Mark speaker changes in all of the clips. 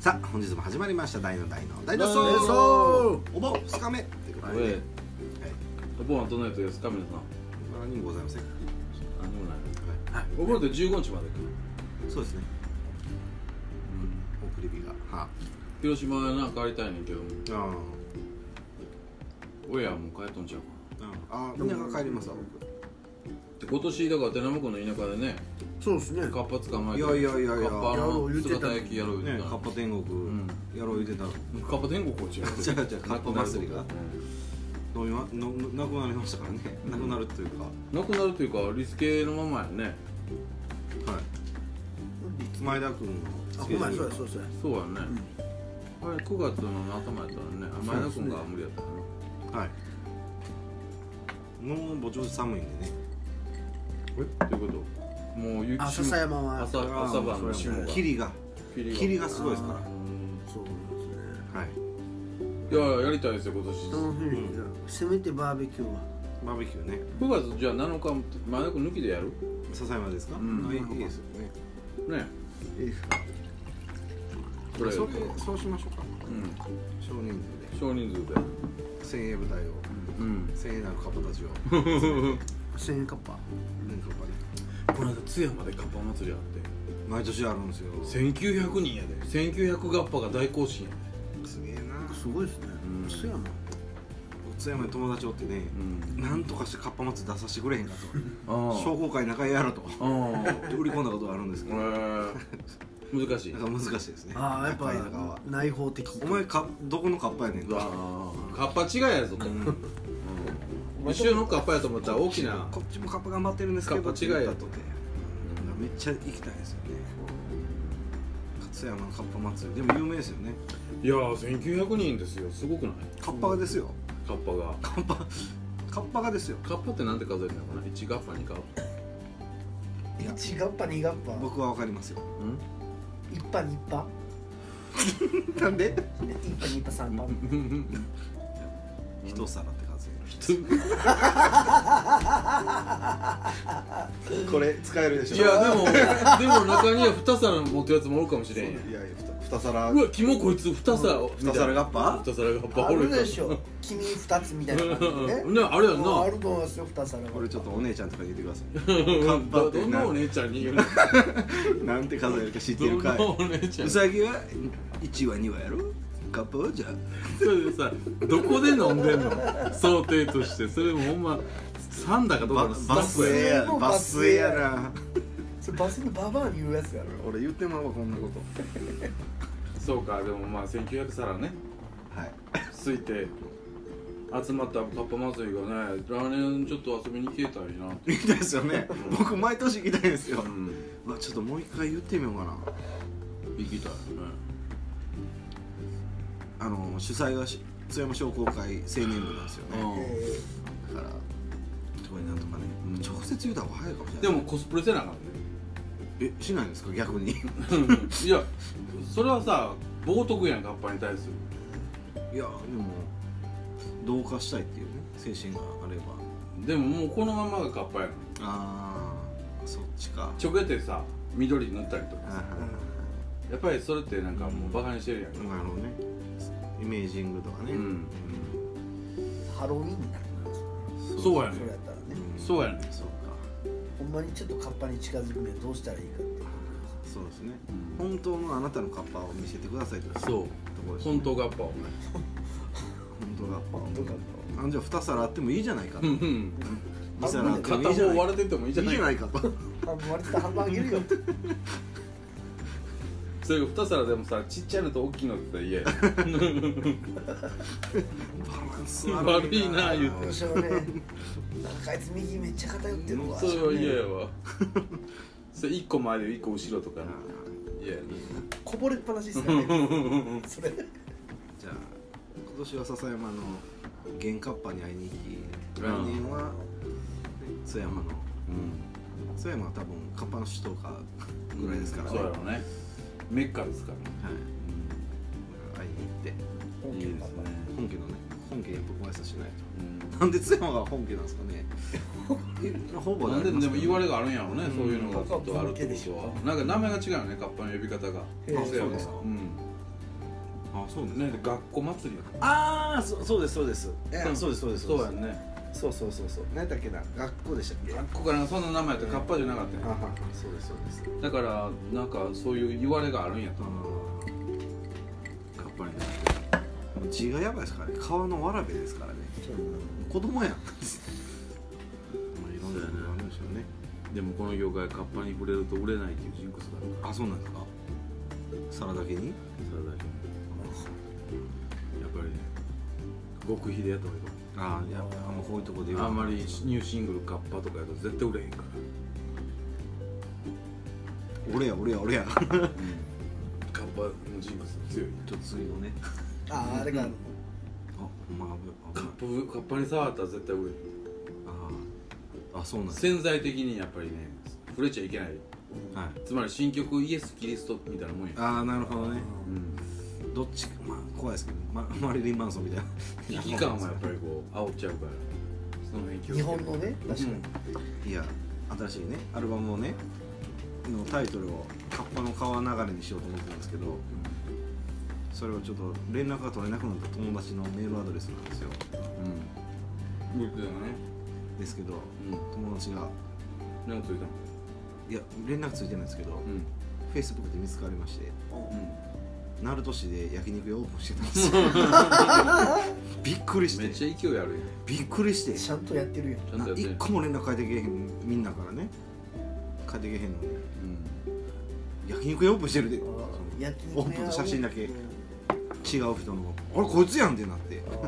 Speaker 1: さあ本日も始まりました大の大の大の
Speaker 2: 大の
Speaker 1: そうお盆2日目ということで、はい
Speaker 2: えお盆はどのやつですか皆さん
Speaker 1: 何もございません、は
Speaker 2: あのない
Speaker 1: い
Speaker 2: お盆って15日までか、
Speaker 1: そうですね送り火がは
Speaker 2: 広島へなんか帰りたいねんけど
Speaker 1: ああ
Speaker 2: 親はもう帰っとんちゃうかな
Speaker 1: ああみんなが帰りますわ僕
Speaker 2: で今年だから寺向こうの田舎でね
Speaker 3: そうですね
Speaker 2: カッパ捕まえて
Speaker 1: いやいやいやいや
Speaker 2: カッパの姿焼きやろう言
Speaker 1: ね
Speaker 2: う
Speaker 1: カ
Speaker 2: てた
Speaker 1: ッパ天国、
Speaker 2: ん
Speaker 1: やろう言うてたの
Speaker 2: カッパ天国こっ ちやろ
Speaker 1: じゃあじゃあカッパ祭りが
Speaker 2: う
Speaker 1: 飲みま飲むなくなりましたからねなくなるというか、
Speaker 2: んなくなるというかリスケのままやね
Speaker 1: はい前田君
Speaker 3: あ
Speaker 1: のス
Speaker 3: ほ
Speaker 1: ケ
Speaker 3: ん
Speaker 1: ジュ
Speaker 3: ま
Speaker 1: ー
Speaker 3: や
Speaker 1: ル
Speaker 3: そ
Speaker 1: が
Speaker 3: うやそう
Speaker 2: そう
Speaker 3: やそうや
Speaker 2: やね、あれ9月の頭やったらねあ前田君が無理やったらね
Speaker 1: はいもうぼちぼち寒いんでね
Speaker 2: えということもう雪
Speaker 3: あ笹山は
Speaker 2: 朝朝晩の霜が
Speaker 1: 霧が
Speaker 2: 霧が
Speaker 1: 霧がすごいですか
Speaker 2: うん
Speaker 3: そうなんですね
Speaker 1: らはい
Speaker 2: いややりたいですよ今年
Speaker 3: 楽しみですねせめてバーベキューは
Speaker 1: バーベキューね
Speaker 2: 9月じゃあ7日も前田君抜きでやる
Speaker 1: 笹山ですか、
Speaker 2: うん
Speaker 1: あいいいですよね
Speaker 2: ね
Speaker 1: いいですか
Speaker 2: これ
Speaker 1: そうれそうしましょうか
Speaker 2: ん
Speaker 1: 少人数で
Speaker 2: 少人数で
Speaker 1: 精鋭部隊を
Speaker 2: うん
Speaker 1: 精鋭なるカッパたちを
Speaker 3: 1000円カッ
Speaker 1: う
Speaker 3: パ
Speaker 1: んカッパで
Speaker 2: この間津山でカッパ祭りあって
Speaker 1: 毎年あるんですよ
Speaker 2: 1900人やで1900ガッパが大行進やです
Speaker 1: げえな
Speaker 3: すごいですね
Speaker 2: うん
Speaker 3: そうやな
Speaker 1: 津山に友達おってね、
Speaker 2: うん
Speaker 1: なんとかしてカッパ祭り出させてくれへんか
Speaker 2: あ
Speaker 1: と商工会仲やろと
Speaker 2: あああ
Speaker 1: で売り込んだことがあるんですけど、
Speaker 2: 難しい
Speaker 1: なんか難しいですね
Speaker 3: ああやっ
Speaker 1: 仲いい仲は
Speaker 3: ぱ内包的
Speaker 1: お前かどこのカッパやねん
Speaker 2: うわ
Speaker 1: か
Speaker 2: あカッパ違いやぞと後ろのカッパやと思ったら大きな
Speaker 1: こっちもカッパ頑張ってるんですけど
Speaker 2: カッパ違いや
Speaker 1: って言ったとてうんめっちゃ行きたいですよね勝山のカッパ祭りでも有名ですよね
Speaker 2: いやー1900人ですよすごくない
Speaker 1: カッパがですよ
Speaker 2: カッパが
Speaker 1: カッパカッパがですよ
Speaker 2: カッパってなんて数えるのかな1ガッパ2ガッパ
Speaker 1: いや
Speaker 3: ガッパ2ガッパ
Speaker 1: 僕はわかりますよ
Speaker 2: うん
Speaker 3: 1パ2パ
Speaker 1: なんで
Speaker 3: 1パ2パ3パ
Speaker 1: 一皿って数え
Speaker 2: い
Speaker 1: るこれ使えるでし
Speaker 2: やでもでも中には2皿持ってるやつもおるかもしれんやん
Speaker 1: いやいやふた二皿
Speaker 2: うわキモこいつ2皿みたいな
Speaker 1: 二皿ガッパ
Speaker 2: 2皿ガッパ
Speaker 4: あ
Speaker 2: おる
Speaker 4: る
Speaker 2: やん
Speaker 4: でしょ君2つみたいな感じでね
Speaker 2: ねあれやん
Speaker 4: あ
Speaker 2: な
Speaker 4: ると思いますよ2皿
Speaker 1: これちょっとお姉ちゃんとかに言ってくださ
Speaker 2: ど
Speaker 1: 乾杯って
Speaker 2: どのお姉ちゃんに言うの
Speaker 1: いなんて数えるか知ってる
Speaker 2: ど
Speaker 1: かい
Speaker 2: のお姉ちゃん
Speaker 1: うさぎは1話2話やろカッパはじゃあ
Speaker 2: それでさどこで飲んでんの想定としてそれもほんまサンダかどうかのスタ
Speaker 1: バ
Speaker 2: ッ
Speaker 1: ス
Speaker 2: フ
Speaker 1: エ
Speaker 2: やね
Speaker 1: やバスエやな
Speaker 4: それバスのババアに言うやつやろ
Speaker 1: 俺言ってまうわこんなこと
Speaker 2: そうかでもまあ1900皿ね
Speaker 1: はい
Speaker 2: ついて集まったカッパ祭りがね来年ちょっと遊びに来てたらいいな
Speaker 1: みたいですよね僕毎年行きたいんですよ
Speaker 2: うん
Speaker 1: まあちょっともう一回言ってみようかな
Speaker 2: 行きたいね
Speaker 1: あの主催がし津山商工会青年部なんですよね
Speaker 2: う
Speaker 4: え
Speaker 1: だからそこになんとかね直接言うた方が早いかもしれない
Speaker 2: んでもコスプレせなあかんね
Speaker 1: えしないんですか逆に
Speaker 2: いやそれはさ冒涜やんカッパに対する
Speaker 1: いやでも同化したいっていうね精神があれば
Speaker 2: でももうこのままがカッパやん
Speaker 1: ああそっちか
Speaker 2: ちょけてさ緑塗ったりとか
Speaker 1: はい
Speaker 2: さ
Speaker 1: はいは
Speaker 2: やっぱりそれってなんかもうバカにしてるや
Speaker 1: い
Speaker 2: ん
Speaker 1: なるほどねイメージングとかね
Speaker 2: うん
Speaker 4: ーハロウィンになるな
Speaker 2: そうやね
Speaker 4: それやったらね
Speaker 1: ん
Speaker 2: そうやね
Speaker 1: そうか
Speaker 4: ほんまにちょっとカッパに近づくにはどうしたらいいかって
Speaker 1: そうですね本当のあなたのカッパを見せてくださいという
Speaker 2: そう
Speaker 1: ところですね
Speaker 2: 本当カッパをね
Speaker 1: 本当カッ
Speaker 4: 本当か
Speaker 1: パあじゃあ2皿あってもいいじゃないかと
Speaker 2: うんうん
Speaker 1: 2皿あって
Speaker 2: 片
Speaker 1: もいいじゃ
Speaker 2: 方
Speaker 1: ないか
Speaker 2: 割れててもいいじ
Speaker 1: い
Speaker 2: ゃ
Speaker 1: い
Speaker 2: ない
Speaker 1: じゃな
Speaker 2: か
Speaker 1: いかと
Speaker 4: 半分割れてた半分あげるよって
Speaker 2: それが2皿でもさちっちゃいのと大きいのって言ったら嫌や
Speaker 1: バランス
Speaker 2: 悪いな言う
Speaker 4: どうしようねなんかあいつ右めっちゃ偏ってるわ
Speaker 2: それは嫌やわそれ1個前で1個後ろとかな嫌やね
Speaker 4: こぼれっぱなしですからねそれ
Speaker 1: じゃあ今年は笹山の原カッパに会いに行き来
Speaker 2: うん
Speaker 1: 年は津山の
Speaker 2: うん
Speaker 1: 津山は多分カッパの首都かぐらいですから
Speaker 2: そうやろ
Speaker 1: はい、
Speaker 2: ねメッカですからね
Speaker 1: 会いに行って
Speaker 2: いいですね
Speaker 1: 本家のね本家やっぱご挨拶しないと
Speaker 2: うん
Speaker 1: なんで津山が本家なんですかねえほぼ
Speaker 2: なんででも言われがあるんやろね
Speaker 1: うん
Speaker 2: そういうのがずっとあるってことはなんか名前が違うよねカッパの呼び方が
Speaker 4: へえ
Speaker 1: あそうですか
Speaker 2: うん
Speaker 1: あそうですね
Speaker 2: ね学校祭りやから
Speaker 1: ああそそうですそうですえ
Speaker 2: うん
Speaker 1: そうですそうです
Speaker 2: そう
Speaker 1: で
Speaker 2: や
Speaker 1: す
Speaker 2: んね
Speaker 1: そうそうそうそう何だっけな学校でしたっけあ
Speaker 2: 学校からそんな名前やったらカッパじゃなかったんや
Speaker 1: ははそうですそうです
Speaker 2: だからなんかそういう言われがあるんやと
Speaker 1: やっぱりねもう血がやばいですからね川のわらべですからね子供やんまあいろんなのがあるんでしょうね
Speaker 2: でもこの業界カッパに触れると売れないっていうジンクスがあるか
Speaker 1: あそうなんですか皿だけに
Speaker 2: らそれだけやっぱりね極秘でやった方がいいか
Speaker 1: ああやっぱあんまこういうとこで
Speaker 2: もあんまり
Speaker 1: し
Speaker 2: ニューシングルカッパとかやと絶対売れへんか
Speaker 1: 俺や俺や俺や
Speaker 2: ら、カッパのジンクス強い
Speaker 1: ちょっと次のね
Speaker 3: あああれが
Speaker 1: あほんま危
Speaker 2: カ
Speaker 1: ない
Speaker 2: ッパカッパに触ったら絶対売れへん
Speaker 1: ああそうなんですね
Speaker 2: 潜在的にやっぱりね触れちゃいけない
Speaker 1: はい
Speaker 2: つまり新曲イエス・キリストみたいなもんや、
Speaker 1: ああなるほどね
Speaker 2: うん、
Speaker 1: どっちかまあ怖いですけど、ま、マリリン・マンソンみたいな
Speaker 2: 危機感はやっぱりこう煽っちゃうからその辺気をつけて
Speaker 3: 日本のね確かに、
Speaker 1: いや新しいねアルバムをねのタイトルを「カッパの川流れ」にしようと思ってたんですけどそれをちょっと連絡が取れなくなった友達のメールアドレスなんですよ
Speaker 2: うんうん僕だよね
Speaker 1: ですけど友達が
Speaker 2: うんなんかついた
Speaker 1: いや連絡ついてないんですけど、
Speaker 2: うん
Speaker 1: Facebook で見つかりまして
Speaker 2: う
Speaker 1: 鳴門市で焼肉屋オープンしてたんですよ びっくりし
Speaker 2: んめってちゃ勢いある
Speaker 1: びっくりして
Speaker 3: ちゃんとやってる
Speaker 2: や
Speaker 3: よ
Speaker 2: んちゃん
Speaker 1: な
Speaker 2: とやって
Speaker 1: 一
Speaker 2: る
Speaker 1: 個も連絡返ってけえへんみんなからね返ってけえへんのに焼肉屋オープンしてるで
Speaker 3: 焼き肉
Speaker 1: オープンの写真だけ
Speaker 3: うん
Speaker 1: 違う人の「あれこいつやん」ってなって
Speaker 3: あーカ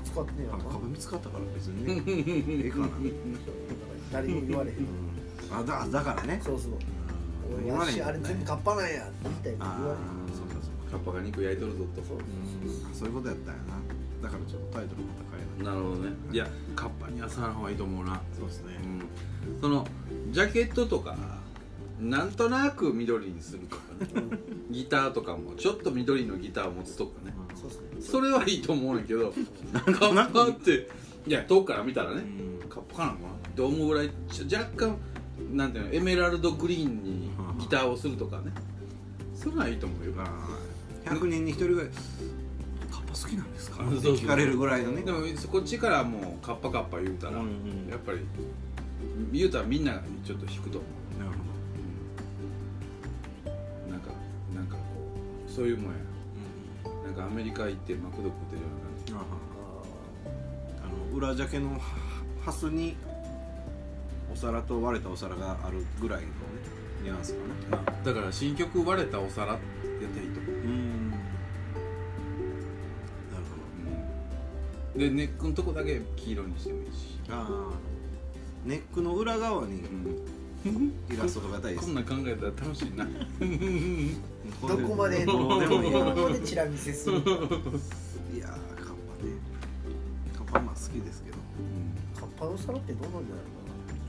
Speaker 3: ッパ使ってねえ
Speaker 1: あ
Speaker 3: よな
Speaker 1: 壁見つかったから別に
Speaker 2: う
Speaker 1: ね
Speaker 2: ん
Speaker 1: ええかな、
Speaker 3: 誰にも言われへん
Speaker 1: うんあだだからね
Speaker 3: そうそう
Speaker 1: うん
Speaker 3: 俺わしあれ全部
Speaker 1: あ
Speaker 3: カッパなんやって言いたいって言われへん
Speaker 1: あそうかそうか
Speaker 2: カッパが肉焼いとるぞと
Speaker 3: そう
Speaker 1: うんそういうことやったよなだからちょっとタイトルまた変えない
Speaker 2: なるほどねいやカッパには触らん方がいいと思うな
Speaker 1: そうですね
Speaker 2: うんそのジャケットとかなんとなく緑にするとかねギターとかもちょっと緑のギターを持つとかね
Speaker 3: そうっすね
Speaker 2: それはいいと思うねんだけどカッパっていや遠くから見たらねカッパかなこれって思うぐらいちょ若干なんていうのエメラルドグリーンにギターをするとかねそれはいいと思うよ
Speaker 1: まあ100人に1人ぐらい「カッパ好きなんですか?」って
Speaker 2: そうそう
Speaker 1: 聞かれるぐらいのね
Speaker 2: でもこっちからもうカッパカッパ言うたら、
Speaker 1: うんうん
Speaker 2: やっぱり言うたらみんながちょっと引くと思う
Speaker 1: なるほど
Speaker 2: なんかなんかこうそういうもんやなんかアメリカ行ってマクド食ってるような感じ
Speaker 1: ああの裏ジャケの端にお皿と割れたお皿があるぐらいのねニュアンスかね
Speaker 2: だから新曲割れたお皿やったらいいと思う、
Speaker 1: うんなる
Speaker 2: でネックのとこだけ黄色にしてもいいし、
Speaker 1: ほどああネックの裏側にイラストとか大好
Speaker 2: こ
Speaker 1: き
Speaker 2: んなん考えたら楽しいな
Speaker 3: どこまで
Speaker 1: どうでも いい
Speaker 3: どこまでチラ見せするカッ
Speaker 1: いやーカッパねカッパまあ好きですけど
Speaker 3: パの皿ってどうなん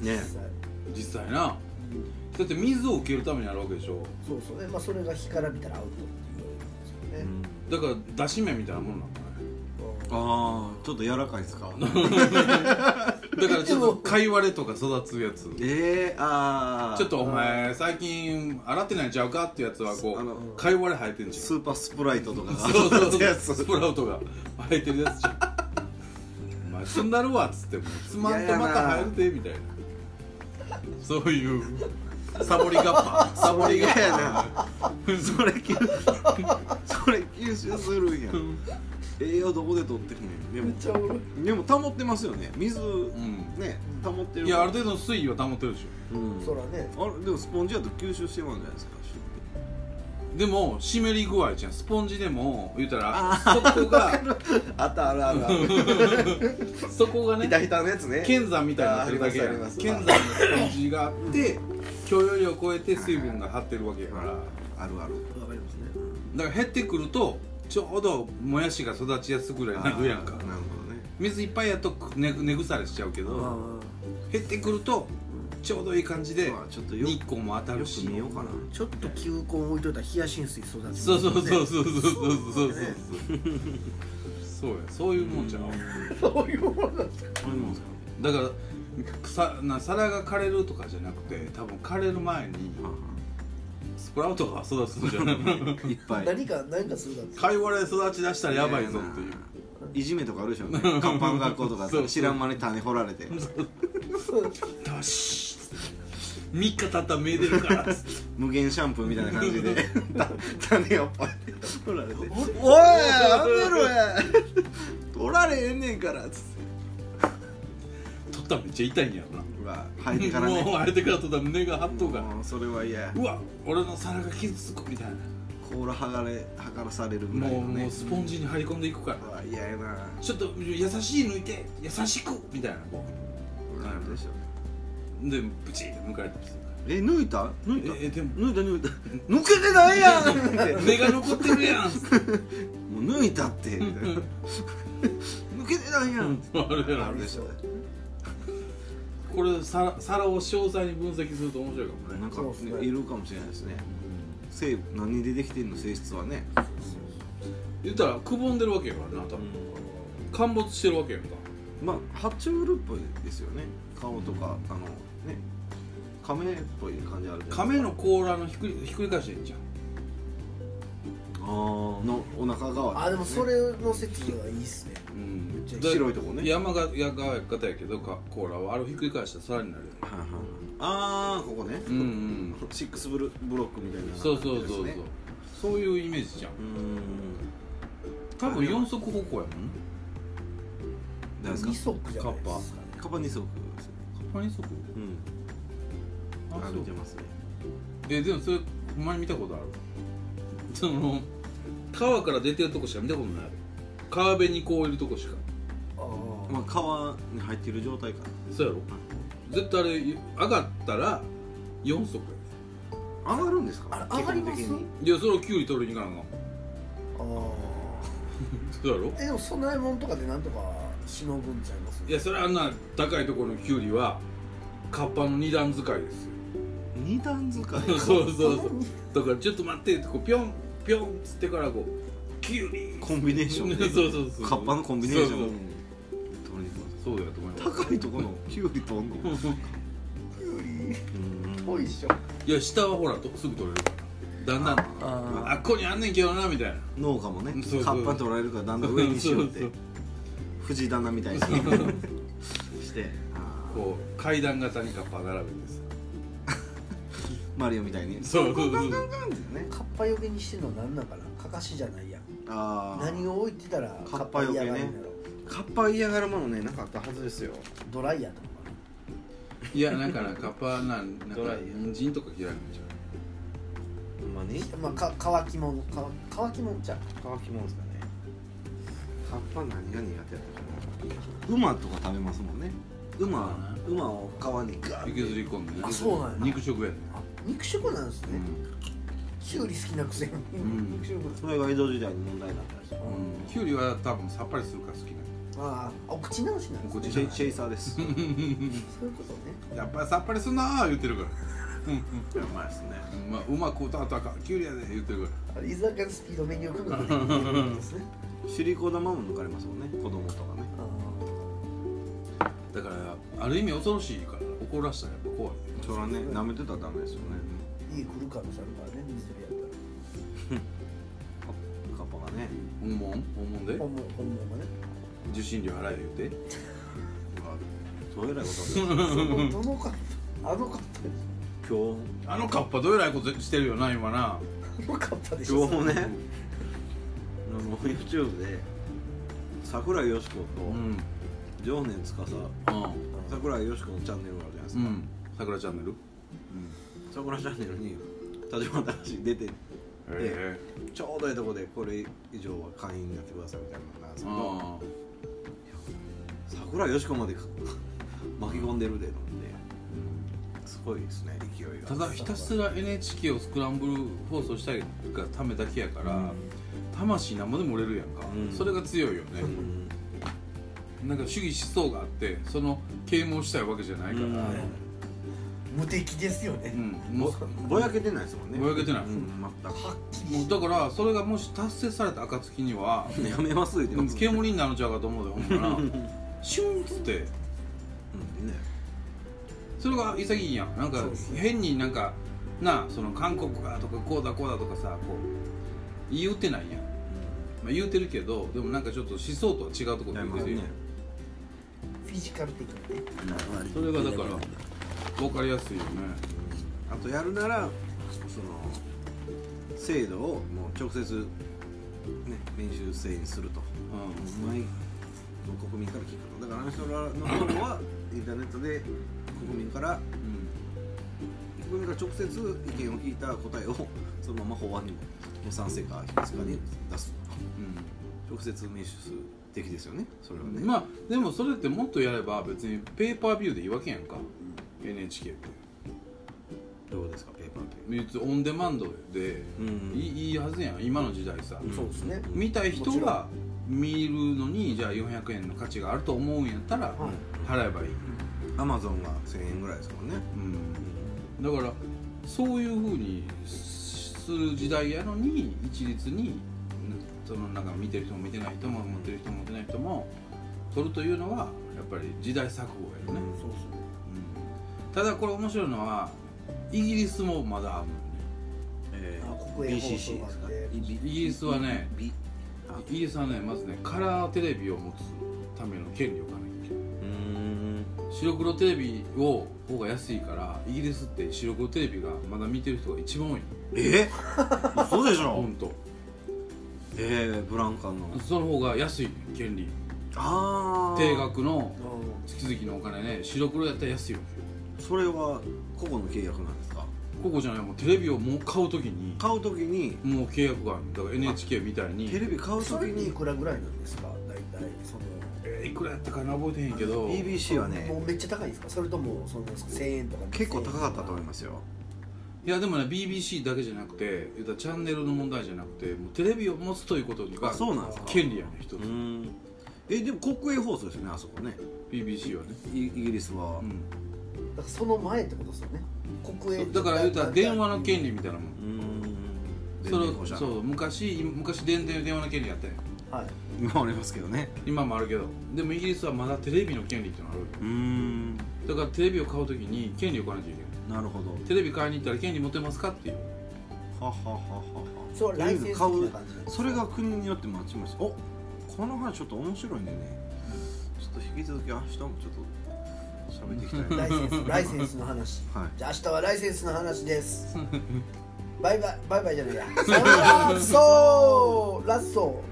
Speaker 3: じゃない
Speaker 1: ね
Speaker 3: のかなね
Speaker 2: 実際なだって水を受けるためにあるわけでしょ
Speaker 3: そうそうねまあそれが火から見たらアウトっていううね
Speaker 1: ん
Speaker 2: だからだし麺みたいなもんなんだね
Speaker 1: ああちょっと柔らかいですか
Speaker 2: だからちょっとかいわれとか育つやつ
Speaker 1: えー、ああ
Speaker 2: ちょっとお前最近洗ってないんちゃうかってやつはこ
Speaker 1: あの
Speaker 2: うかいわれ生えてんじゃん
Speaker 1: スーパースプライトとかが
Speaker 2: そうそうそう
Speaker 1: やつ
Speaker 2: スプラウトが生えてるやつじゃんお前積んだるわっつってもつまんとまた生えるでみたいなそういうサボりガッパサボりガ
Speaker 1: それ嫌
Speaker 2: ッ
Speaker 1: や
Speaker 2: パ
Speaker 1: それ吸それ吸収するんや栄養どこで取ってるんや
Speaker 3: めっちゃおもろい
Speaker 1: でもでも保ってますよね水
Speaker 2: う
Speaker 1: ね保って
Speaker 2: ん
Speaker 1: る
Speaker 2: いやある程度の水位は保ってるでしょ
Speaker 1: うん
Speaker 3: そらね
Speaker 1: あれでもスポンジやと吸収してまうんじゃないですか
Speaker 2: でも湿り具合じゃんスポンジでも言うたらそこが
Speaker 4: あったあるあるある
Speaker 2: そこがね
Speaker 4: ひたひたのやつね
Speaker 2: 剣山みたいになってるだけや
Speaker 4: ああり
Speaker 2: ん
Speaker 4: ますあり
Speaker 2: 剣
Speaker 4: ます
Speaker 2: 山のスポンジがあって許容量を超えて水分が張ってるわけやから
Speaker 1: あるある
Speaker 3: わかりますね
Speaker 2: だから減ってくるとちょうどもやしが育ちやすくぐらいになるやんか
Speaker 1: あーなるほどね
Speaker 2: 水いっぱいやとく根根腐れしちゃうけど減ってくるとちょうどいい感じで
Speaker 1: まあちょっとよ
Speaker 2: 日光も当た
Speaker 1: よ
Speaker 2: る
Speaker 1: く
Speaker 2: し
Speaker 1: 見ようかな
Speaker 3: ちょっと球根置いといたら冷や浸水育つ
Speaker 2: そうそうそうそうそうそうそうそうそう
Speaker 3: ね
Speaker 2: そうやそういうもんじゃん
Speaker 3: そういうものなんですか
Speaker 1: これもさ
Speaker 2: だからさな皿が枯れるとかじゃなくて多分枯れる前にスプラウトが育つんじゃない
Speaker 1: いっぱい
Speaker 4: 何か何かするだって
Speaker 2: かいわれ育ち出したらやばいぞっていう
Speaker 1: いじめとかあるでし ょうねカッパの学校とか
Speaker 2: そうそう
Speaker 1: 知らん間に種掘られて
Speaker 2: よし3日経ったら目出るからっつって
Speaker 1: 無限シャンプーみたいな感じで た種をパッて掘られて「おいやめろや!」取られへんねんからっつって
Speaker 2: 取ったらめっちゃ痛いんやろな
Speaker 1: うわ生えてからね
Speaker 2: もうあれてから取ったら胸が張っとうから
Speaker 1: もうそれは嫌や
Speaker 2: うわ俺の皿が傷つくみたいな
Speaker 1: 甲羅剥がれ剥がらされるぐらい
Speaker 2: もう
Speaker 1: のね
Speaker 2: もうスポンジに張り込んでいくから
Speaker 1: うわ嫌やな
Speaker 2: ちょっと優しい抜いて優しくみたいなこ
Speaker 1: なるでしょ
Speaker 2: うでブチって抜かれたりするか
Speaker 1: え抜いた抜いた
Speaker 2: らええでも
Speaker 1: 抜いた抜いた抜けてない やんって
Speaker 2: 目が残ってるやんっつって
Speaker 1: もう抜いたってみたいな 抜けてないやんって
Speaker 2: あれや
Speaker 1: な
Speaker 2: ろ
Speaker 1: るでしょ
Speaker 2: これ皿皿を詳細に分析すると面白いかもね
Speaker 1: なんか
Speaker 4: そうっすね
Speaker 1: いるかもしれないですね性何でできてんの性質はね
Speaker 2: 言ったらくぼんでるわけやからな多分陥没してるわけやんか
Speaker 1: まあ爬虫類っぽいですよね顔とかあのね亀っぽい感じあるじゃない
Speaker 2: 亀の甲羅のひっくりひっくり返してんじゃん
Speaker 1: あーのお腹側
Speaker 4: あでもそ
Speaker 1: ね
Speaker 4: れの説はいいっすね
Speaker 2: うん
Speaker 1: めっちゃ白いとこね
Speaker 2: 山がやがや方やけどかコーラはあれをひっくり返したら皿になるよね
Speaker 1: はいはいはいああここね
Speaker 2: うんうん
Speaker 1: シックスブルブロックみたいな、
Speaker 2: そうそうそうそう、
Speaker 1: ですね
Speaker 2: そういうイメージじゃん
Speaker 1: うーん
Speaker 2: 多分四足歩行やもんね
Speaker 1: 誰ですか
Speaker 4: 二足じゃないですかね
Speaker 1: カバン二足ですね
Speaker 2: カニ足
Speaker 1: うん
Speaker 2: あそ
Speaker 1: 歩いうてますね
Speaker 2: えでもそれお前見たことある その川から出てるとこしか見たことない川辺にこういるとこしか
Speaker 4: あー
Speaker 1: まあ川に入ってる状態か
Speaker 2: そうやろ絶対あれ上がったら四足や
Speaker 1: な上がるんですか
Speaker 4: あれ上がります
Speaker 1: 基本的に
Speaker 2: でそれをキュウリ取りに行かなあかん
Speaker 4: あ
Speaker 2: そうやろ
Speaker 4: ーえでも備え物とかでなんとかしのぐんちゃいます
Speaker 2: いやそれはあんな高いところのキュウリはカッパの二段使いですよ
Speaker 1: 二段使い
Speaker 2: そうそうそうだからちょっと待ってってこうピョンピョンっつってからこうキュウリ
Speaker 1: コンビネーションで
Speaker 2: そうそうそう
Speaker 1: カッパのコンビネーション
Speaker 2: そう
Speaker 1: 取りに行き
Speaker 2: そうそうやと思い
Speaker 1: ま
Speaker 2: ます
Speaker 1: 高いとこのキュウリ飛んでる
Speaker 2: す
Speaker 1: うん
Speaker 4: ぽいっしょ
Speaker 2: いや下はほらとすぐ取れるからだんだんあ
Speaker 4: あ
Speaker 2: っこにあんねんけどなみたいな
Speaker 1: 農家もね
Speaker 2: そうそう
Speaker 1: カッパ取られるからだんだん上にしようっ
Speaker 2: そ
Speaker 1: て
Speaker 2: う
Speaker 1: 藤棚みたいにしてあー
Speaker 2: こう階段型にカッパ並べて
Speaker 1: マリオみたいに
Speaker 2: さそうそうそう
Speaker 1: ガンってね
Speaker 4: カッパよけにしてんのなんなんかなかかしじゃないやん
Speaker 1: ああ
Speaker 4: 何を置いてたら
Speaker 1: カッパよけね
Speaker 4: カッパ嫌がるんやろ
Speaker 1: カッパ嫌がるものねなかったはずですよ
Speaker 4: ドライヤーとか
Speaker 2: いやなんかなカッパななんか
Speaker 1: ドライや
Speaker 2: 人参とか嫌いなんじゃ
Speaker 1: ほんまに
Speaker 4: かなまあか乾き物か乾き物ちゃう
Speaker 1: 乾きもんですかねカッパ何が苦手やったかな馬とか食べますもんね馬馬を川にガーッ
Speaker 2: ん引きずり込んでね
Speaker 4: あそうなんや
Speaker 2: 肉食やね
Speaker 4: あ肉食なんですね、キュウリ好きなくせに、
Speaker 2: ん
Speaker 4: 肉食
Speaker 1: それが江戸時代の問題だったりし
Speaker 2: うんうんキュウリは多分さっぱりするから好き
Speaker 4: ああお口直しなんです
Speaker 2: お口
Speaker 4: ね
Speaker 1: シェイ
Speaker 2: 直
Speaker 1: シェイサーです
Speaker 2: な
Speaker 4: そういうことね
Speaker 2: のやっぱりさっぱりすんなー言ってるから
Speaker 1: うまいですね
Speaker 2: うんまあうまく歌うとあかんキュウリやで言ってるか
Speaker 4: あれ居酒屋のスピードメニュー価格で見てるんですね
Speaker 1: シリコ玉も抜かれますもんね子供とかね
Speaker 4: あ
Speaker 2: らだからある意味恐ろしいから怒らしたらやっぱ怖い
Speaker 1: それはね舐めてたらダメですよね
Speaker 4: あ家来る可能性あるからね水辺やっ
Speaker 1: カッパがね
Speaker 2: 本物本物で
Speaker 4: たら本物本物がね
Speaker 2: 受信料払え言うて
Speaker 1: どうえらいこ とだよ
Speaker 4: そのどのカッパあのカッパでし
Speaker 1: 今
Speaker 2: あのカッパどえらいことしてるよな今な
Speaker 4: ょあのカッパでし
Speaker 1: 日
Speaker 4: ょ
Speaker 1: 今日もねあの YouTube で桜井よし子と
Speaker 2: うん
Speaker 1: 常年司桜井よし子のチャンネルがあるじゃないです
Speaker 2: う
Speaker 1: か、
Speaker 2: んさくらチャンネル
Speaker 1: 桜井チャンネルに立花隆出てて
Speaker 2: え
Speaker 1: ちょうどいいとこでこれ以上は会員になってくださいみたいなのなんですけど
Speaker 2: あ
Speaker 1: 桜井よし子まで 巻き込んでるでと思ってすごいですね勢いが
Speaker 2: あただひたすら NHK をスクランブル放送したいがためだけやから魂生で漏れるやんか
Speaker 1: うん
Speaker 2: それが強いよね
Speaker 1: うん
Speaker 2: なんか主義思想があってその啓蒙したいわけじゃないから
Speaker 4: 無敵ですよね、
Speaker 2: うんも
Speaker 1: ぼ
Speaker 2: う
Speaker 1: ぼやけてないですもんね
Speaker 2: ぼやけてない
Speaker 1: うん、全
Speaker 4: はっきり
Speaker 2: もうだからそれがもし達成された暁には
Speaker 1: くやめますって言 ってますね
Speaker 2: 煙になるんちゃうかと思うでほんま なシュンっつって
Speaker 1: うんね
Speaker 2: それが潔いやんなんか
Speaker 4: そうですね
Speaker 2: 変になんかなあその韓国がとかこうだこうだとかさこう言うてないやん、まあ、言うてるけどでもなんかちょっと思想とは違うとこ
Speaker 1: い
Speaker 2: ろ
Speaker 1: や
Speaker 2: に
Speaker 1: まあ
Speaker 2: 出てる
Speaker 1: ね
Speaker 2: やん
Speaker 3: フィジカル的にね
Speaker 2: それがだから分かりやすいよね
Speaker 1: あとやるならその制度をもう直接ね練習制にすると
Speaker 2: う
Speaker 1: 毎国民から聞くのだからあの人らの方はインターネットで国民から
Speaker 2: ん、うん
Speaker 1: 国民から直接意見を聞いた答えをそのまま法案にも賛成か非決かに出す直接民主的ですよねそれはね、
Speaker 2: まあでもそれってもっとやれば別にペーパービューでいいわけやんか、NHK って
Speaker 1: どうですかペーパーペ
Speaker 2: 別にオンデマンドで
Speaker 1: うん
Speaker 2: いいいいはずやん今の時代さ、
Speaker 1: うん
Speaker 3: そうですね
Speaker 2: 見たい人が見るのにじゃあ400円の価値があると思うんやったら
Speaker 3: はい
Speaker 2: 払えばいい、
Speaker 1: アマゾンが1000円ぐらいですもんね
Speaker 2: うん、だからそういうふうにする時代やのに一律にそのなんか見てる人も見てない人も持ってる人も持ってない人も取るというのはやっぱり時代錯誤やよね、
Speaker 3: そうですね
Speaker 2: うんただこれ面白いのはイギリスもまだあるのね
Speaker 1: え
Speaker 3: あ
Speaker 1: ー、
Speaker 3: 国営放
Speaker 1: BCC
Speaker 3: 送
Speaker 1: ですか
Speaker 3: があって
Speaker 2: イギリスはね
Speaker 1: B あ
Speaker 2: イギリスはねまずねカラーテレビを持つための権利をかなきゃいけな
Speaker 1: ー
Speaker 2: いう
Speaker 1: ん
Speaker 2: 白黒テレビを方が安いからイギリスって白黒テレビがまだ見てる人が一番多い
Speaker 1: えそうでしょ
Speaker 2: 本当
Speaker 1: えー、ブランカンの
Speaker 2: その方が安い権利
Speaker 1: ああ
Speaker 2: 定額の
Speaker 3: うん
Speaker 2: 月々のお金ね白黒やったら安いわ
Speaker 1: それは個々の契約なんですか
Speaker 2: ここじゃないもうテレビをもう買う時に
Speaker 1: 買うときに
Speaker 2: もう契約があるのだから NHK みたいに
Speaker 1: テレビ買うと
Speaker 3: そ
Speaker 1: き
Speaker 3: れってい
Speaker 1: に
Speaker 3: くらぐらいなんですか大体その
Speaker 2: えーいくらやったかな覚えてへんけど
Speaker 1: BBC は
Speaker 3: も
Speaker 1: ね
Speaker 3: うめっちゃ高いんですかそれともその1000円とか
Speaker 1: 結構高かったと思い
Speaker 3: ま
Speaker 1: ますよ
Speaker 2: いやでもね BBC だけじゃなくて言うたらチャンネルの問題じゃなくてもうテレビを持つということが
Speaker 1: あそうなんですか
Speaker 2: 権利やね一
Speaker 1: う
Speaker 2: つ
Speaker 1: ーんえでも国営放送ですよねあそこね
Speaker 2: BBC はね、
Speaker 1: イイギリスは
Speaker 2: うん
Speaker 3: すだからその前ってことですよね国営
Speaker 2: そうだから言うたら電話の権利みたいなもん
Speaker 1: うーん電
Speaker 2: そ
Speaker 1: 電公
Speaker 2: れ
Speaker 1: 社
Speaker 2: そう昔昔電電電話の権利やったんや
Speaker 3: はい
Speaker 1: 今ありますけどね
Speaker 2: 今もあるけどでもイギリスはまだテレビの権利っていうのがある
Speaker 1: うーん
Speaker 2: だからテレビを買うときに権利を買わなきゃいけない
Speaker 1: なるほど
Speaker 2: テレビ買いに行ったら権利持てますかっていう
Speaker 1: ははははは
Speaker 3: それはライセンス的な感じなんですか
Speaker 1: それが国によってまちまちおこの話ちょっと面白いんでねちょっと引き続き明日もちょっと喋っていきたいな
Speaker 3: ライセンスライセンスの話
Speaker 1: はい
Speaker 3: じゃあ明日はライセンスの話です。 バイバイバイバイじゃないや。ラッソーラッソー。